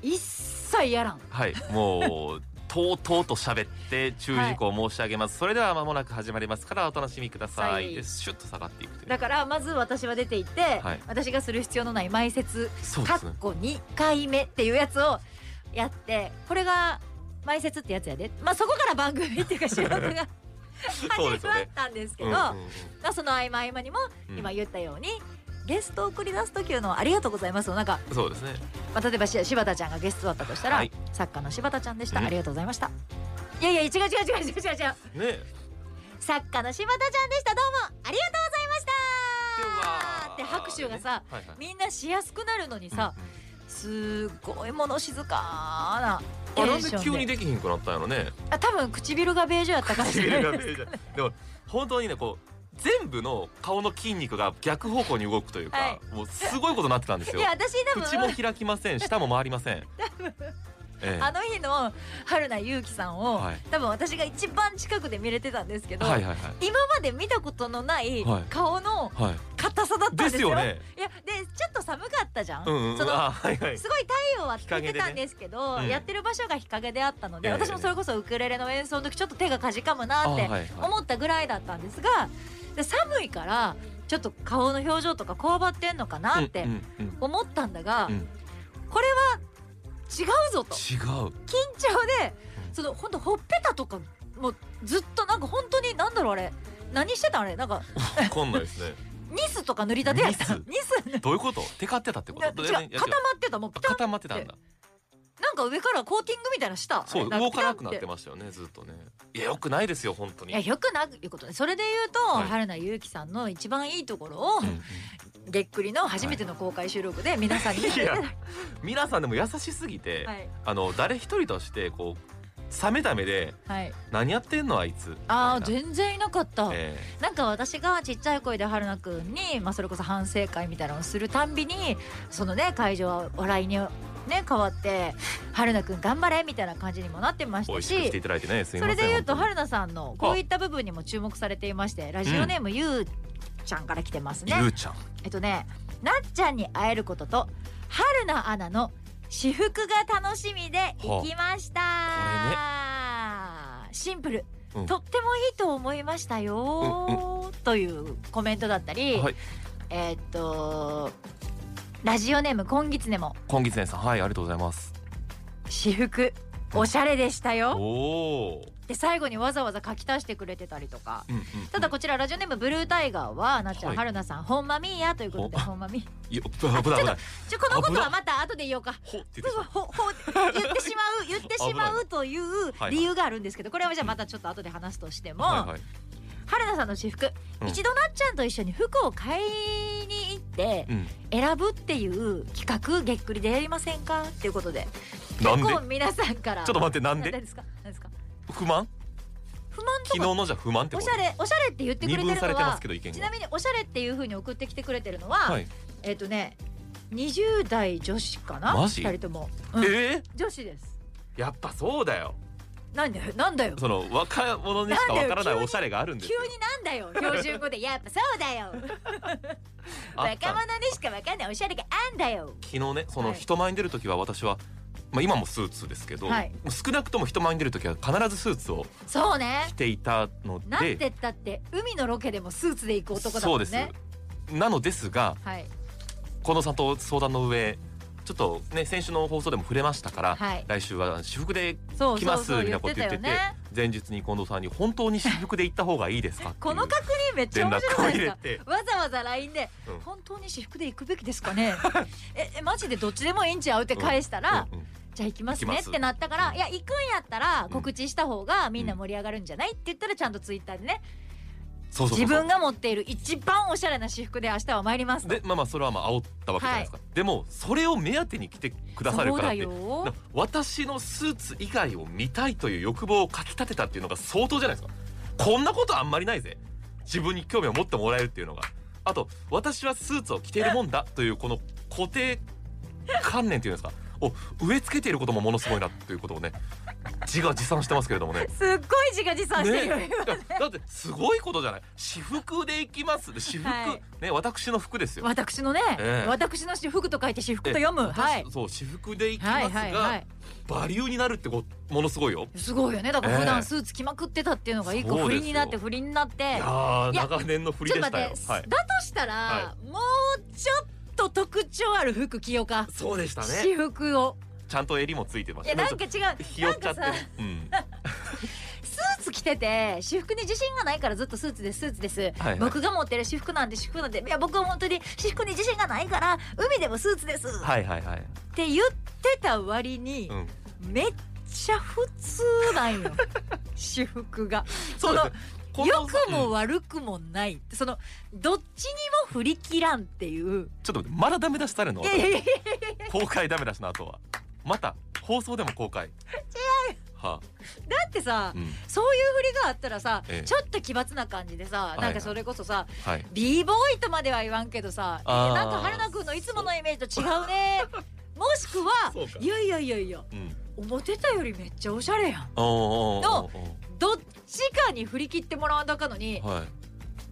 Speaker 2: 一切やらん
Speaker 3: はいもうとうとうと喋って注意事項を申し上げます、それでは間もなく始まりますからお楽しみください、
Speaker 2: はい
Speaker 3: でシュッと下がっていくという
Speaker 2: だからまず私は出ていって、
Speaker 3: はい
Speaker 2: 私がする必要のない前説
Speaker 3: そうで
Speaker 2: かっ
Speaker 3: すね
Speaker 2: こ2回目っていうやつをやってこれが前説ってやつやでまあそこから番組っていうか収録が
Speaker 3: そうで
Speaker 2: 始
Speaker 3: すよ
Speaker 2: まっ
Speaker 3: ね
Speaker 2: たんですけ
Speaker 3: う
Speaker 2: ど
Speaker 3: んうん
Speaker 2: まあ、その合間合間にも
Speaker 3: うん
Speaker 2: 今言ったように、ゲストを送り出す時の「ありがとうございます」をなんか、
Speaker 3: うんそうですね
Speaker 2: まあ、例えばし柴田ちゃんがゲストだったとしたら、
Speaker 3: はい
Speaker 2: 作家の柴田ちゃんでした、
Speaker 3: うん
Speaker 2: ありがとうございましたいやいや違う違う違う違う違う違う
Speaker 3: ね
Speaker 2: 作家の柴田ちゃんでしたどうもありがとうございましたって
Speaker 3: では
Speaker 2: 拍手がさ、
Speaker 3: はいはい
Speaker 2: みんなしやすくなるのにさ、すごいもの静か
Speaker 3: う
Speaker 2: なん
Speaker 3: うん
Speaker 2: テ
Speaker 3: あな
Speaker 2: ン
Speaker 3: ん
Speaker 2: シ
Speaker 3: で
Speaker 2: ョン
Speaker 3: 急にできひんくなったんや
Speaker 2: *laughs*
Speaker 3: ろね
Speaker 2: あ多分唇がベージュやったからじゃない
Speaker 3: 唇がベージュでも本当にねこう全部の顔の筋肉が逆方向に動くというか、
Speaker 2: は
Speaker 3: もうすごいことになってたんです
Speaker 2: *laughs* い
Speaker 3: よ
Speaker 2: や私多
Speaker 3: 口
Speaker 2: 分
Speaker 3: も開きません舌も回り
Speaker 2: *laughs*
Speaker 3: ませんええ
Speaker 2: あの日の春名優紀さんを、
Speaker 3: はい
Speaker 2: 多分私が一番近くで見れてたんですけど、
Speaker 3: はいはい
Speaker 2: 今まで見たことのない
Speaker 3: はい
Speaker 2: 顔の
Speaker 3: はいはい
Speaker 2: 硬さだったんですよ。
Speaker 3: ですよね
Speaker 2: いやでちょっと寒かったじゃん。
Speaker 3: うんうん
Speaker 2: その
Speaker 3: あはいはい
Speaker 2: すごい太陽は
Speaker 3: 日陰
Speaker 2: 出
Speaker 3: で
Speaker 2: て
Speaker 3: ね
Speaker 2: たんですけど、
Speaker 3: うん
Speaker 2: やってる場所が日陰であったので、
Speaker 3: ええ
Speaker 2: 私もそれこそウクレレの演奏の時ちょっと手がかじかむ
Speaker 3: あ
Speaker 2: なっ
Speaker 3: はい
Speaker 2: て
Speaker 3: はい
Speaker 2: 思ったぐらいだったんですが、で寒いからちょっと顔の表情とかこわばってんのかなって
Speaker 3: うんうんうん
Speaker 2: 思ったんだが、
Speaker 3: うん
Speaker 2: これは違うぞと緊
Speaker 3: 違う
Speaker 2: 張で
Speaker 3: うん
Speaker 2: そのほんとほっぺたとかもうずっとなんか本当になんだろうあれ何してたんあれなんか
Speaker 3: わかんないですね
Speaker 2: ニスとか塗りたてやった
Speaker 3: ニ
Speaker 2: ニス
Speaker 3: どういうことテカってたってこ
Speaker 2: な違
Speaker 3: と
Speaker 2: う
Speaker 3: い
Speaker 2: 固
Speaker 3: や
Speaker 2: ま
Speaker 3: い
Speaker 2: っ
Speaker 3: や違う
Speaker 2: てたもう
Speaker 3: あ
Speaker 2: ピタッ
Speaker 3: 固まってたんだ
Speaker 2: なんか上からコーティングみたいなのした
Speaker 3: そう
Speaker 2: あれ
Speaker 3: 動かなくなっ
Speaker 2: ピタ
Speaker 3: て
Speaker 2: ッ
Speaker 3: ましたよねずっとねいやよくないですよ本当
Speaker 2: い
Speaker 3: に
Speaker 2: やよくないうことでそれで言うと、
Speaker 3: はい
Speaker 2: 春名優紀さんの一番いいところを、
Speaker 3: うんうん
Speaker 2: げっくりの初めての公開収録で皆さんに *laughs*
Speaker 3: いや皆さんでも優しすぎて、
Speaker 2: はい
Speaker 3: あの誰一人としてこう冷めた目で
Speaker 2: はい
Speaker 3: 何やってんのあいつ
Speaker 2: あー
Speaker 3: みたい
Speaker 2: 全然いなかった、
Speaker 3: なえ
Speaker 2: なんか私がちっちゃい声で春菜くんに、まあ、それこそ反省会みたいなのをするたんびにそのね会場は笑いにね変わって春菜くん頑張れみたいな感じにもなってまし
Speaker 3: え美
Speaker 2: た
Speaker 3: 味しくしてい
Speaker 2: した
Speaker 3: だいてねすみ
Speaker 2: そ
Speaker 3: ませ
Speaker 2: れ
Speaker 3: ん
Speaker 2: で言うと
Speaker 3: 本
Speaker 2: 春菜さんのこういった部分にも注目されていましてラジオネームゆうちゃんから来てます
Speaker 3: 当に
Speaker 2: ね。
Speaker 3: ゆうちゃん
Speaker 2: えっとねなっちゃんに会えることと春菜アナの私服が楽しみで行きました、シンプル、
Speaker 3: うん
Speaker 2: とってもいいと思いましたよ、というコメントだったり、
Speaker 3: はい
Speaker 2: えっとラジオネームこんぎつねも
Speaker 3: 今月ねさんはいありがとうございます
Speaker 2: 私服おしゃれでした
Speaker 3: お
Speaker 2: よ
Speaker 3: おー
Speaker 2: で最後にわざわざ書き足してくれてたりとか
Speaker 3: うんうん
Speaker 2: ただこちらラジオネームブルータイガーはなっちゃ
Speaker 3: は
Speaker 2: ん
Speaker 3: い
Speaker 2: 春菜さんほんまみーやということでほんまみー
Speaker 3: いや危ない危ない危ない
Speaker 2: ちょこのこと
Speaker 3: 危
Speaker 2: は
Speaker 3: な
Speaker 2: また後で言おうか
Speaker 3: ほって言ってし
Speaker 2: そ
Speaker 3: ま
Speaker 2: う
Speaker 3: っ
Speaker 2: ほほ *laughs* 言ってしま
Speaker 3: *laughs*
Speaker 2: う言ってしまうという
Speaker 3: はい
Speaker 2: 理由があるんですけどこれはじゃあまたちょっと後で話すとしても、
Speaker 3: たはいはい
Speaker 2: 春菜さんの私服、
Speaker 3: うん
Speaker 2: 一度なっちゃんと一緒に服を買いに行って
Speaker 3: うん
Speaker 2: 選ぶっていう企画げっくりでやりませんかっていうことで
Speaker 3: なんで
Speaker 2: 結構皆さんから
Speaker 3: ちょっと待ってなん
Speaker 2: 何
Speaker 3: で
Speaker 2: ですか何ですか
Speaker 3: 不満
Speaker 2: 不満と
Speaker 3: 昨
Speaker 2: か
Speaker 3: 日のじゃ不満って
Speaker 2: お
Speaker 3: こ
Speaker 2: しゃ
Speaker 3: と
Speaker 2: れおしゃれって言ってくれ
Speaker 3: 二
Speaker 2: てる
Speaker 3: 分
Speaker 2: の
Speaker 3: されてま
Speaker 2: は
Speaker 3: すけど意見
Speaker 2: ちな
Speaker 3: が
Speaker 2: みにおしゃれっていうふうに送ってきてくれてるのは、
Speaker 3: はい
Speaker 2: えっ、とね20代女子かな
Speaker 3: マジ
Speaker 2: 2人とも、
Speaker 3: え
Speaker 2: うん
Speaker 3: ー
Speaker 2: 女子です
Speaker 3: やっぱそうだよ
Speaker 2: なんでなんだよ
Speaker 3: その若者にしかわからないおしゃれがあるんです
Speaker 2: 急
Speaker 3: よ
Speaker 2: になんだよ標準
Speaker 3: *laughs*
Speaker 2: 語でやっぱそうだよ
Speaker 3: あっ
Speaker 2: 若
Speaker 3: た
Speaker 2: 者にしかわかんないおしゃれがあんだよ
Speaker 3: 昨日ねその
Speaker 2: はい
Speaker 3: 人前に出る時は私は、まあ、今もスーツですけど、
Speaker 2: はい
Speaker 3: 少なくとも人前に出る時は必ずスーツを
Speaker 2: そうね
Speaker 3: 着ていたの
Speaker 2: なんて
Speaker 3: で
Speaker 2: 言ったって海のロケでもスーツで行く男だ
Speaker 3: そ
Speaker 2: も
Speaker 3: うん
Speaker 2: ね
Speaker 3: ですなのですが
Speaker 2: はい
Speaker 3: この里相談の上ちょっとね先週の放送でも触れましたから、
Speaker 2: はい
Speaker 3: 来週は私服で
Speaker 2: そう
Speaker 3: 来
Speaker 2: そ
Speaker 3: ま
Speaker 2: う
Speaker 3: す
Speaker 2: そう言
Speaker 3: みたいな
Speaker 2: っ
Speaker 3: こ
Speaker 2: て
Speaker 3: と
Speaker 2: た
Speaker 3: 言って
Speaker 2: よ
Speaker 3: て
Speaker 2: ね
Speaker 3: 前日に近藤さんに「本当に私服で行った方がいいですか?」って
Speaker 2: *laughs*
Speaker 3: い
Speaker 2: この
Speaker 3: う
Speaker 2: 確認めっちゃ
Speaker 3: 連
Speaker 2: 面
Speaker 3: 絡
Speaker 2: 白
Speaker 3: を
Speaker 2: い
Speaker 3: 入
Speaker 2: です
Speaker 3: れ
Speaker 2: か
Speaker 3: て
Speaker 2: わざわざ LINE で、
Speaker 3: うん
Speaker 2: 本当に私服で行くべきですか
Speaker 3: *laughs*
Speaker 2: ねええマジでどっちでもいいんちゃうって返したら、
Speaker 3: うんうん
Speaker 2: じゃあ行きます
Speaker 3: 行
Speaker 2: ねっ
Speaker 3: きます
Speaker 2: てなったから、
Speaker 3: うん
Speaker 2: いや行くんやったら告知した方がみんな盛り上がるんじゃないって言ったらちゃんとツイッターでね
Speaker 3: そうそうそう
Speaker 2: 自分が持っている一番おしゃれな私服で明日は参りますと
Speaker 3: でまあまあそれはまあ煽ったわけじゃないですか、でもそれを目当てに来てくださる
Speaker 2: そう
Speaker 3: からっ
Speaker 2: だ
Speaker 3: て
Speaker 2: よ
Speaker 3: な私のスーツ以外を見たいという欲望をかき立てたっていうのが相当じゃないですかこんなことあんまりないぜ自分に興味を持ってもらえるっていうのがあと私はスーツを着ているもんだというこの固定観念っていうんですかを植え付けていることもものすごいなということをね自画自賛してますけれどもね
Speaker 2: すっごい自画自 *laughs* 賛してるよ、
Speaker 3: ねいやだってすごいことじゃない私服で行きますで私服、
Speaker 2: はい
Speaker 3: ね私の服ですよ
Speaker 2: 私のね、
Speaker 3: ええ
Speaker 2: 私の私服と書いて私服と読む
Speaker 3: 私
Speaker 2: はい
Speaker 3: そう私服で行きま
Speaker 2: は
Speaker 3: す
Speaker 2: い
Speaker 3: が、
Speaker 2: はいはい
Speaker 3: バリューになるってこものすごいよ
Speaker 2: すごいよねだから普
Speaker 3: え
Speaker 2: 段
Speaker 3: え
Speaker 2: スーツ着まくってたっていうのが一個
Speaker 3: そうですよ
Speaker 2: 不倫になって不倫になって
Speaker 3: いやー
Speaker 2: いや
Speaker 3: 長年の振り
Speaker 2: ちょっと
Speaker 3: でし
Speaker 2: 待
Speaker 3: たよ
Speaker 2: って、
Speaker 3: はい
Speaker 2: だとしたら、
Speaker 3: は
Speaker 2: もうちょっと特徴ある服着ようか、
Speaker 3: そうでした
Speaker 2: 私
Speaker 3: ね
Speaker 2: 服を
Speaker 3: ちゃんと襟もついてま
Speaker 2: い
Speaker 3: し
Speaker 2: や
Speaker 3: た
Speaker 2: なんか違うな
Speaker 3: ひよっ
Speaker 2: ん
Speaker 3: ちゃ
Speaker 2: か
Speaker 3: って
Speaker 2: さ
Speaker 3: るうん
Speaker 2: スーツ着てて私服に自信がないからずっとスーツですスーツです、
Speaker 3: はい
Speaker 2: 僕が持ってる私服なんて私服なんていや僕は本当に私服に自信がないから海でもスーツです、
Speaker 3: はいはいはい
Speaker 2: って言ってた割に
Speaker 3: う、ん *laughs*
Speaker 2: めっちゃ普通なんよ私服が
Speaker 3: そうで
Speaker 2: の
Speaker 3: すねこの
Speaker 2: 良くも悪くもないそのどっちにも振り切らんっていう
Speaker 3: ちょっと待ってまだダメ出したるの
Speaker 2: いやいやいや
Speaker 3: 公開ダメ出しの後はまた放送でも公開
Speaker 2: *laughs*
Speaker 3: 違うは
Speaker 2: だってさ
Speaker 3: あ、うん
Speaker 2: そういう振りがあったらさ、
Speaker 3: ええ
Speaker 2: ちょっと奇抜な感じでさ
Speaker 3: い
Speaker 2: なんかそれこそさ、
Speaker 3: はい
Speaker 2: b ボーイとまでは言わんけどさ、え
Speaker 3: あー
Speaker 2: なんか春菜くんのいつものイメージと違うねもしくは
Speaker 3: そうか
Speaker 2: いやいやいやいや
Speaker 3: うん
Speaker 2: 思ってたよりめっちゃおしゃれやん
Speaker 3: おーおーおーお
Speaker 2: どっちかに振り切ってもらわんだかのに
Speaker 3: ーはい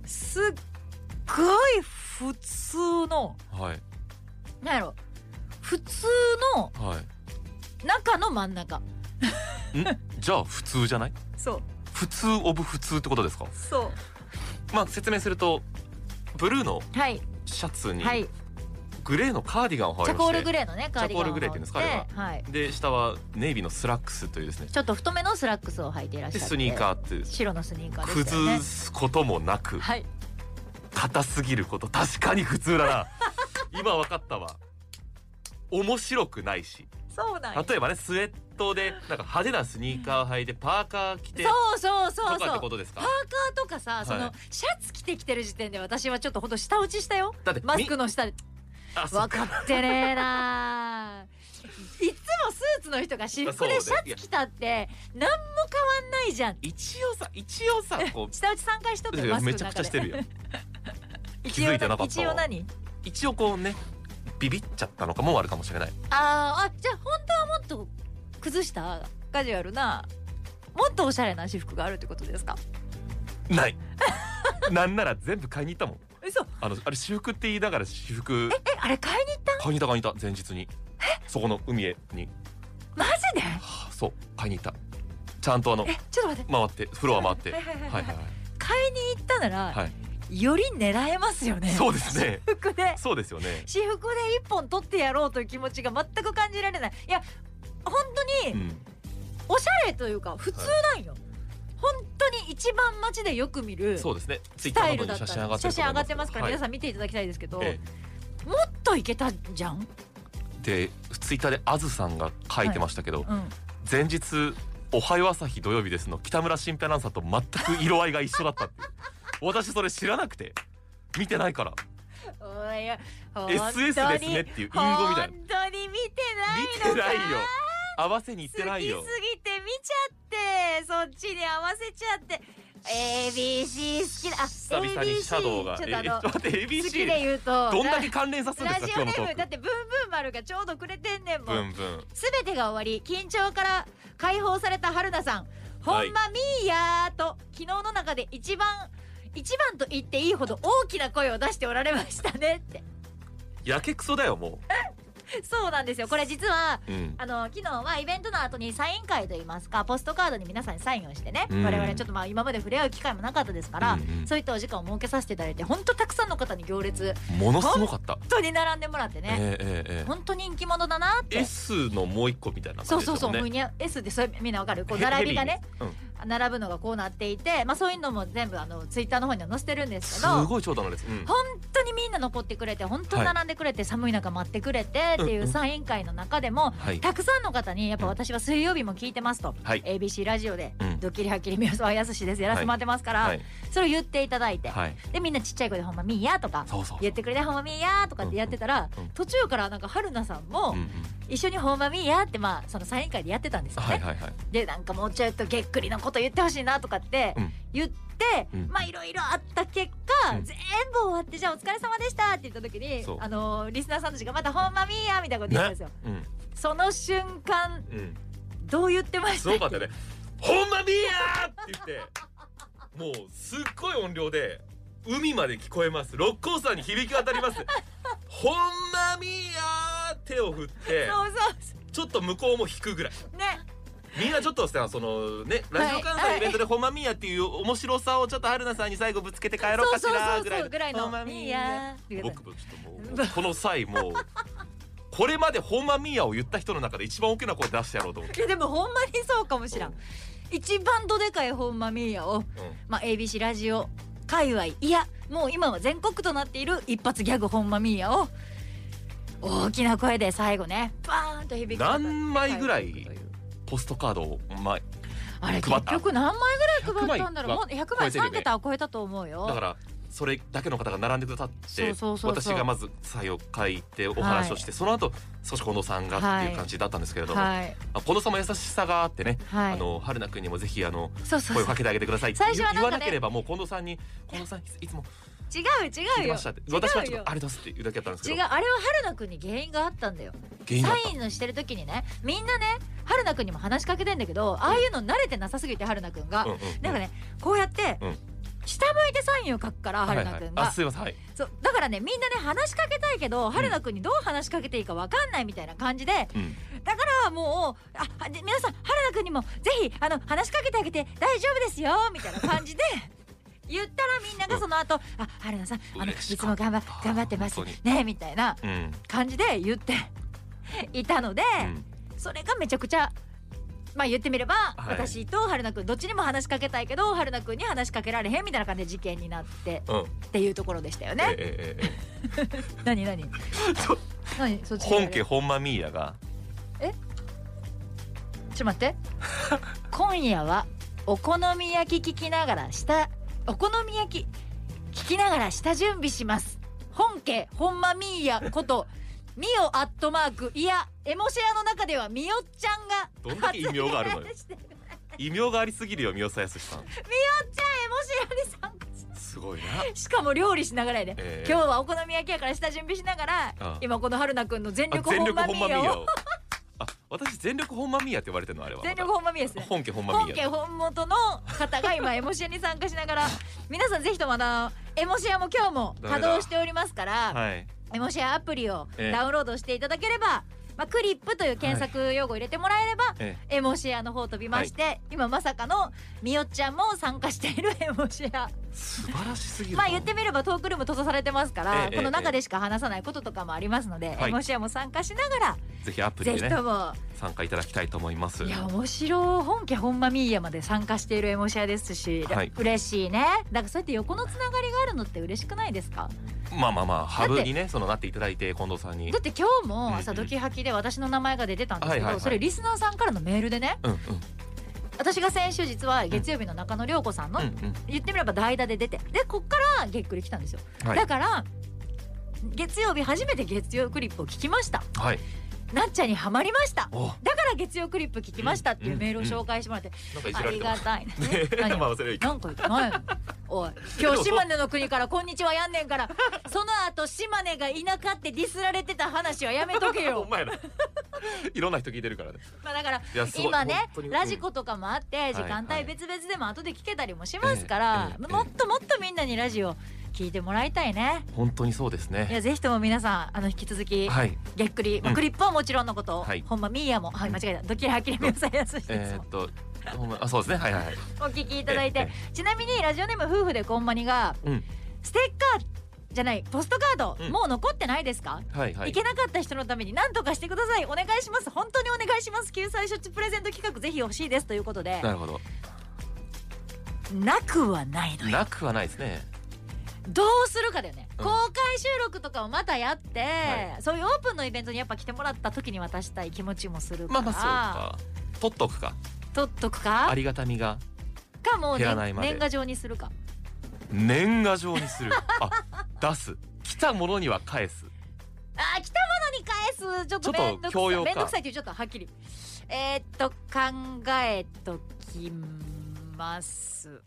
Speaker 2: すっごい普通の
Speaker 3: はい
Speaker 2: なんやろ普通の
Speaker 3: は
Speaker 2: 中の真ん中
Speaker 3: いんじゃあ普通じゃない
Speaker 2: そう
Speaker 3: 普通オブ普通ってことですか
Speaker 2: そ
Speaker 3: まあ説明するとブルーの
Speaker 2: うはい
Speaker 3: シャツに
Speaker 2: はいチ
Speaker 3: グレーのカーディガンを羽織
Speaker 2: ャ
Speaker 3: り
Speaker 2: コー
Speaker 3: ま
Speaker 2: ル
Speaker 3: して
Speaker 2: グレーのねカーディガンを
Speaker 3: チャコールグレーっていうんですかあれは
Speaker 2: 着てはい
Speaker 3: で下はネイビーのスラックスというですね
Speaker 2: ちょっと太めのスラックスを履いていらっしゃ
Speaker 3: で
Speaker 2: って
Speaker 3: スニーカーって
Speaker 2: 白のスニーカーですよね
Speaker 3: 崩すこともなく
Speaker 2: はい
Speaker 3: 硬すぎること確かに普通だ
Speaker 2: *laughs*
Speaker 3: な今わかったわ面白くないし
Speaker 2: そうなんや
Speaker 3: 例えばねスウェットでなんか派手なスニーカーを履いてパーカー着てと
Speaker 2: そうそうそう
Speaker 3: かっ
Speaker 2: そ
Speaker 3: て
Speaker 2: う
Speaker 3: ことですか
Speaker 2: パーカーとかさ、そ
Speaker 3: は
Speaker 2: の
Speaker 3: い
Speaker 2: シャツ着てきてる時点で私はちょっとほんと舌打ちしたよ
Speaker 3: だってみ
Speaker 2: マスクの下で
Speaker 3: あそう
Speaker 2: 分かってねえなあいつもスーツの人が私服でシャツ着たって何も変わんないじゃん
Speaker 3: 一応さ一応さこ
Speaker 2: 舌打ち3回しとってマ
Speaker 3: う
Speaker 2: スクの中で
Speaker 3: めちゃくちゃしてるよ気
Speaker 2: 一
Speaker 3: づ
Speaker 2: 応
Speaker 3: いてなかった
Speaker 2: 一応何
Speaker 3: 一応こうねビビっちゃったのかもあるかもしれない
Speaker 2: あーあじゃあ本当はもっと崩したカジュアルなもっとおしゃれな私服があるってことですか
Speaker 3: ない
Speaker 2: *laughs*
Speaker 3: なんなら全部買いに行ったもん
Speaker 2: 嘘
Speaker 3: あのあれ私服って言いながら私服
Speaker 2: えあれ買いに行った
Speaker 3: 買いに行った買いに行った前日にそこの海へに
Speaker 2: マジで
Speaker 3: はあそう買いに行ったちゃんとあの
Speaker 2: えちょっと待って
Speaker 3: 回ってフロア回って
Speaker 2: は
Speaker 3: はいい
Speaker 2: はいはいは
Speaker 3: はいいはい
Speaker 2: 買いに行ったなら、
Speaker 3: はい
Speaker 2: より狙えますよね
Speaker 3: そうですね
Speaker 2: 私服で
Speaker 3: そうですよね
Speaker 2: 私服で一本取ってやろうという気持ちが全く感じられないいや本当
Speaker 3: う
Speaker 2: に
Speaker 3: ん
Speaker 2: おしゃれというか普通なんよ、本当に一番街でよく見る
Speaker 3: そうですねツイ
Speaker 2: ス
Speaker 3: ッタ
Speaker 2: タ
Speaker 3: ー
Speaker 2: イ
Speaker 3: など
Speaker 2: ルだ
Speaker 3: に
Speaker 2: った
Speaker 3: 写真上がって
Speaker 2: 写
Speaker 3: ると
Speaker 2: 真上が
Speaker 3: 思いま
Speaker 2: っ
Speaker 3: す
Speaker 2: てますから、皆さん見ていただきたいですけど、
Speaker 3: はいえ
Speaker 2: もっといけたじゃん、
Speaker 3: えでツイッターであずさんが書いてましたけど
Speaker 2: うん、
Speaker 3: 前日おはよう朝日土曜日ですの北村新平アナウンサーと全く色合いが一緒だったっていう私それ知らなくて見てないから
Speaker 2: おいや本当に
Speaker 3: SS ですねっていう隠語みたいな
Speaker 2: 本当に見て
Speaker 3: 見
Speaker 2: ない
Speaker 3: て
Speaker 2: のか
Speaker 3: ないよ合わせに行って
Speaker 2: 好
Speaker 3: な
Speaker 2: き
Speaker 3: い
Speaker 2: すぎ
Speaker 3: よ
Speaker 2: て見ちゃってそっちに合わせちゃって ABC 好きだあ
Speaker 3: 久々にシャドウが
Speaker 2: ABC
Speaker 3: え
Speaker 2: ちょっ
Speaker 3: ち
Speaker 2: とあの
Speaker 3: ょっと待って
Speaker 2: 好きで
Speaker 3: ABC
Speaker 2: 言うと
Speaker 3: どんだけ関連さすんで
Speaker 2: ラ
Speaker 3: す
Speaker 2: ジ
Speaker 3: か
Speaker 2: オ
Speaker 3: 今
Speaker 2: ネ
Speaker 3: 日のト
Speaker 2: ームだ
Speaker 3: ー
Speaker 2: っ
Speaker 3: ク
Speaker 2: てブンブン丸がちょうどくれてんねんも
Speaker 3: ブ
Speaker 2: ん
Speaker 3: ンブン
Speaker 2: すべてが終わり緊張から解放された春菜さんほんまみーやーと昨日の中で一番一番と言っていいほど大きな声を出しておられましたねって
Speaker 3: やけくそだよも
Speaker 2: そうなんですよこれ実は
Speaker 3: ううん
Speaker 2: あの昨日はイベントの後にサイン会といいますかポストカードに皆さんにサインをしてね、
Speaker 3: うん
Speaker 2: 我々ちょっとまあ今まで触れ合う機会もなかったですから、
Speaker 3: うんうん
Speaker 2: そういったお時間を設けさせていただいて本当たくさんの方に行列
Speaker 3: ものすごかった
Speaker 2: 本当に並んでもらって
Speaker 3: え
Speaker 2: ね、
Speaker 3: えええええ
Speaker 2: 本当人気者だなって。
Speaker 3: S のもう一個みたいな
Speaker 2: そ
Speaker 3: 感
Speaker 2: う
Speaker 3: じで
Speaker 2: そう
Speaker 3: す
Speaker 2: そう、
Speaker 3: もんね
Speaker 2: ふにゃ S でそれみんなわかるこう並びがね
Speaker 3: ヘビーに
Speaker 2: 並ぶのがこうなっていてまあそういうのも全部あのツイッターの方には載せてるんですけ
Speaker 3: うん、す
Speaker 2: ど
Speaker 3: ごい長蛇の列、うん
Speaker 2: 本当にみんな残ってくれて本当に並んでくれて、寒い中待ってくれてってい
Speaker 3: ん
Speaker 2: う
Speaker 3: う
Speaker 2: うんサイン会の中でも、
Speaker 3: はい
Speaker 2: たくさんの方にやっぱ私は水曜日も聞いてますと、
Speaker 3: はい
Speaker 2: ABC ラジオで
Speaker 3: うん
Speaker 2: ドッキリはっきり宮沢やすしですやらせてもらってますから、
Speaker 3: はい
Speaker 2: それを言っていただいて、
Speaker 3: はい
Speaker 2: でみんなちっちゃい声で「ほんまみーや」とか
Speaker 3: そうそう
Speaker 2: 言ってくれて「ほんまみーや」とかってやってたら、
Speaker 3: うんうんうん
Speaker 2: 途中からなんか春菜さんも
Speaker 3: うんうん
Speaker 2: 一緒に「ほんまみーや」ってまあそのサイン会でやってたんですよね。
Speaker 3: はいはいはい
Speaker 2: でなんかもうちょっとげっくりのこと言ってほしいなとかって
Speaker 3: うん
Speaker 2: 言って、
Speaker 3: うん
Speaker 2: まあいろいろあった結果、
Speaker 3: うん
Speaker 2: 全部終わってじゃあお疲れ様でしたって言った時に
Speaker 3: そう
Speaker 2: あのーリスナーさんたちがまた「ほんまみーや」みたいなこと言ったんですよ。
Speaker 3: うん
Speaker 2: その瞬間
Speaker 3: うん
Speaker 2: どう言ってまし
Speaker 3: す
Speaker 2: たっ
Speaker 3: ご
Speaker 2: け *laughs*
Speaker 3: かったねほんまビアーって言ってもうすっごい音量で海まで聞こえます六甲山に響き渡り
Speaker 2: *laughs*
Speaker 3: ますほんまビアー手を振って
Speaker 2: そうそうそ
Speaker 3: ちょっと向こうも引くぐらいう
Speaker 2: ね
Speaker 3: みんなちょっとさそのねラジオ関西のイベントで「ほんまみーや」っていう面白さをちょっと春菜さんに最後ぶつけて帰ろう
Speaker 2: そう
Speaker 3: かし
Speaker 2: そう
Speaker 3: ら
Speaker 2: そうそうぐらい
Speaker 3: ほ
Speaker 2: の
Speaker 3: んま
Speaker 2: 「みー
Speaker 3: ーや
Speaker 2: や」って言って
Speaker 3: 僕もちょっともうこの際もうこれまで「ほんまみーや」を言った人の中で一番大きな声出してやろうと思って。
Speaker 2: いやでもほんまにそうかもしらん、
Speaker 3: うん
Speaker 2: 一番どでかい「ほんまみーやを」
Speaker 3: うん
Speaker 2: まあ、ABC ラジオ界隈いやもう今は全国となっている一発ギャグほんまみーやを大きな声で最後ねバーンと響き渡って
Speaker 3: 何枚ぐらい
Speaker 2: 帰ってくとう
Speaker 3: ポストカードを、ま、
Speaker 2: あれ
Speaker 3: 配っ
Speaker 2: 結
Speaker 3: た
Speaker 2: 局何枚ぐらい配ったんだろうもう
Speaker 3: 100
Speaker 2: 100
Speaker 3: 超
Speaker 2: 枚
Speaker 3: えてる
Speaker 2: 3
Speaker 3: よね
Speaker 2: 桁は超えたと思うよ
Speaker 3: だからそれだけの方が並んでくださって
Speaker 2: そうそうそう
Speaker 3: 私
Speaker 2: そう
Speaker 3: がまず作業書いてお話をして、その後少し近藤さんがっていう感じだったんですけれども、
Speaker 2: はい
Speaker 3: まあ近藤さんも優しさがあってね、
Speaker 2: はい
Speaker 3: あの春菜くんにもぜひあの
Speaker 2: そうそう
Speaker 3: 声を
Speaker 2: そう
Speaker 3: かけてあげてくださいって
Speaker 2: 最初はなんかね
Speaker 3: 言わなければもう近藤さんに近藤さんいついつも
Speaker 2: 違う
Speaker 3: 聞い
Speaker 2: 違う
Speaker 3: て
Speaker 2: よ
Speaker 3: ましたって私はちょっ
Speaker 2: 違うよ
Speaker 3: とあれだすって言うだけだったんですけ
Speaker 2: 違
Speaker 3: ど
Speaker 2: うあれは春菜くんに原因があったんだよ
Speaker 3: 原因だっ
Speaker 2: サ
Speaker 3: た
Speaker 2: インしてる時にねみんなね春菜くんにも話しかけてんだけどああいうの慣れてなさすぎて春菜くんが、
Speaker 3: うんうんうん
Speaker 2: なんかねこうやって、
Speaker 3: うん
Speaker 2: 下向いてサインを書くから
Speaker 3: はい
Speaker 2: 春
Speaker 3: はい
Speaker 2: 菜くんが、
Speaker 3: あすいませんはい
Speaker 2: そうだからねみんなね話しかけたいけど春菜くんにどう話しかけていいかわかんないみたいな感じで、
Speaker 3: うん
Speaker 2: だからもうああで皆さん春菜くんにもぜひあの話しかけてあげて大丈夫ですよみたいな感
Speaker 3: *laughs*
Speaker 2: じで言ったらみんながその後、あ春菜さんあのい
Speaker 3: 嬉し
Speaker 2: つ
Speaker 3: か
Speaker 2: も
Speaker 3: った
Speaker 2: 頑張頑張ってます
Speaker 3: 本
Speaker 2: ねみたいな
Speaker 3: うんうん
Speaker 2: 感じで言っていたので、それがめちゃくちゃ。まあ言ってみれば、
Speaker 3: い
Speaker 2: 私と春菜くんどっちにも話しかけたいけど春菜くんに話しかけられへんみたいな感じで事件になって
Speaker 3: うん
Speaker 2: っていうところでしたよ
Speaker 3: ええ
Speaker 2: ね。
Speaker 3: ええええ
Speaker 2: 何
Speaker 3: *laughs*
Speaker 2: 何？
Speaker 3: と
Speaker 2: 何そっちに
Speaker 3: 本家本間ミーヤが
Speaker 2: ちょっと待
Speaker 3: *laughs*
Speaker 2: って今夜はお好み焼き聞きながら下お好み焼き聞きながら下準備します本家本間みーやことみおアットマークいやエモシェアの中ではみおちゃんが
Speaker 3: どんだけ異名がある
Speaker 2: *laughs*
Speaker 3: のよ
Speaker 2: 発言してる
Speaker 3: 異名がありすぎるよ三代康さん
Speaker 2: エモシェアに参加し
Speaker 3: すごいな
Speaker 2: しかも料理しながらやで、
Speaker 3: ええ
Speaker 2: 今日はお好み焼きやから下準備しながら
Speaker 3: ああ
Speaker 2: 今この春菜くんの全
Speaker 3: あ
Speaker 2: 力本間みーやを
Speaker 3: をあ私全力本間ミーヤって言われてるのあれは
Speaker 2: 全力本間みーやですね
Speaker 3: 本家本間
Speaker 2: 本
Speaker 3: ミー
Speaker 2: 家
Speaker 3: ヤ
Speaker 2: 本元の方が今エモシアに参加しながら *laughs* 皆さんぜひともあのエモシアも今日も稼働しておりますから、
Speaker 3: はい
Speaker 2: エモシアアプリを
Speaker 3: ええ
Speaker 2: ダウンロードしていただければ、まあ、クリップという検索用語を入れてもらえれば、
Speaker 3: え
Speaker 2: エモシアの方飛びまして、今まさかのみおちゃんも参加しているエモシア
Speaker 3: え素晴らしすぎる
Speaker 2: まあ言ってみればトークルーム閉ざされてますから、
Speaker 3: ええ
Speaker 2: この中でしか話さないこととかもありますので、
Speaker 3: はい
Speaker 2: エモシアも参加しながら、
Speaker 3: ぜひアプリ
Speaker 2: ぜひ
Speaker 3: でね
Speaker 2: とも
Speaker 3: 参加いただきたいと思います
Speaker 2: いや面白い本家本間ミーヤまで参加しているエモシアですし、
Speaker 3: はい
Speaker 2: 嬉しいねだからそうやって横のつながりがあるのって嬉しくないですか
Speaker 3: まあまあまあハブにねそのなっていただいて近藤さんに
Speaker 2: だって今日
Speaker 3: うん
Speaker 2: も
Speaker 3: うん
Speaker 2: 朝ドキハキで私の名前が出てたんですけど、
Speaker 3: はいはいはい
Speaker 2: それリスナーさんからのメールでね
Speaker 3: うんうん
Speaker 2: 私が先週実は月曜日の中野涼子さんの、
Speaker 3: うん
Speaker 2: 言ってみれば代打で出てでこっからげっくり来たんですよ、
Speaker 3: うんはい
Speaker 2: だから月曜日初めて月曜クリップを聞きました
Speaker 3: はい
Speaker 2: なっちゃんにはまりました
Speaker 3: お
Speaker 2: だから月曜クリップ聞きましたっていうメールを紹介してもらって、
Speaker 3: なんかいじ
Speaker 2: あ
Speaker 3: られ
Speaker 2: り
Speaker 3: てま
Speaker 2: が
Speaker 3: す
Speaker 2: たい
Speaker 3: *laughs* ね
Speaker 2: 何
Speaker 3: まあそれはいい
Speaker 2: なんか言ってないのおい今日島根の国から「こんにちはやんねん」からその後島根が田舎ってディスられてた話はやめとけ
Speaker 3: *laughs* お
Speaker 2: よ、
Speaker 3: 前らいろんな人聞いてるからね
Speaker 2: まあ、だから
Speaker 3: いやすごい
Speaker 2: 今ね
Speaker 3: 本当にうん
Speaker 2: ラジコとかもあって時間
Speaker 3: はい
Speaker 2: 帯
Speaker 3: は
Speaker 2: 別々でも後で聞けたりもしますから、
Speaker 3: ええええ
Speaker 2: もっともっとみんなにラジオ聞いてもらいたいね
Speaker 3: 本当にそうです
Speaker 2: い
Speaker 3: ね
Speaker 2: やぜひとも皆さんあの引き続き、
Speaker 3: はい
Speaker 2: げっくり、まあ
Speaker 3: うん
Speaker 2: クリップはもちろんのこと、
Speaker 3: はい
Speaker 2: ほんまみーやも、はい、間違えたドッキリはっきり皆さん *laughs* やすいです
Speaker 3: えーっとほんまあそうですねはいはいはい
Speaker 2: お聞きいただいて、
Speaker 3: ええ
Speaker 2: ちなみにラジオネーム夫婦でこんまにが
Speaker 3: うん
Speaker 2: ステッカーじゃないポストカード、
Speaker 3: うん
Speaker 2: もう残ってないですか、
Speaker 3: はいはい
Speaker 2: い、けなかった人のために何とかしてくださいお願いします本当にお願いします救済処置プレゼント企画ぜひ欲しいですということで
Speaker 3: なるほど
Speaker 2: なくはないのよ
Speaker 3: なくはないですね
Speaker 2: どうするかだよね、
Speaker 3: うん
Speaker 2: 公開収録とかをまたやって、
Speaker 3: は
Speaker 2: そういうオープンのイベントにやっぱ来てもらった時に渡したい気持ちもするか
Speaker 3: まあ
Speaker 2: ら、
Speaker 3: まあそうか取っとくか
Speaker 2: 取っとく
Speaker 3: あ
Speaker 2: か
Speaker 3: りがたみが
Speaker 2: かもう
Speaker 3: 減
Speaker 2: ね
Speaker 3: らないまで
Speaker 2: 年賀状にするか
Speaker 3: 年賀状にするあ出す来たものには返す
Speaker 2: あー来たものに返すちょっとめんどく
Speaker 3: ちょ
Speaker 2: さい
Speaker 3: っと強要か
Speaker 2: めんどくさいっていうちょっとはっきりえー、っと考えときます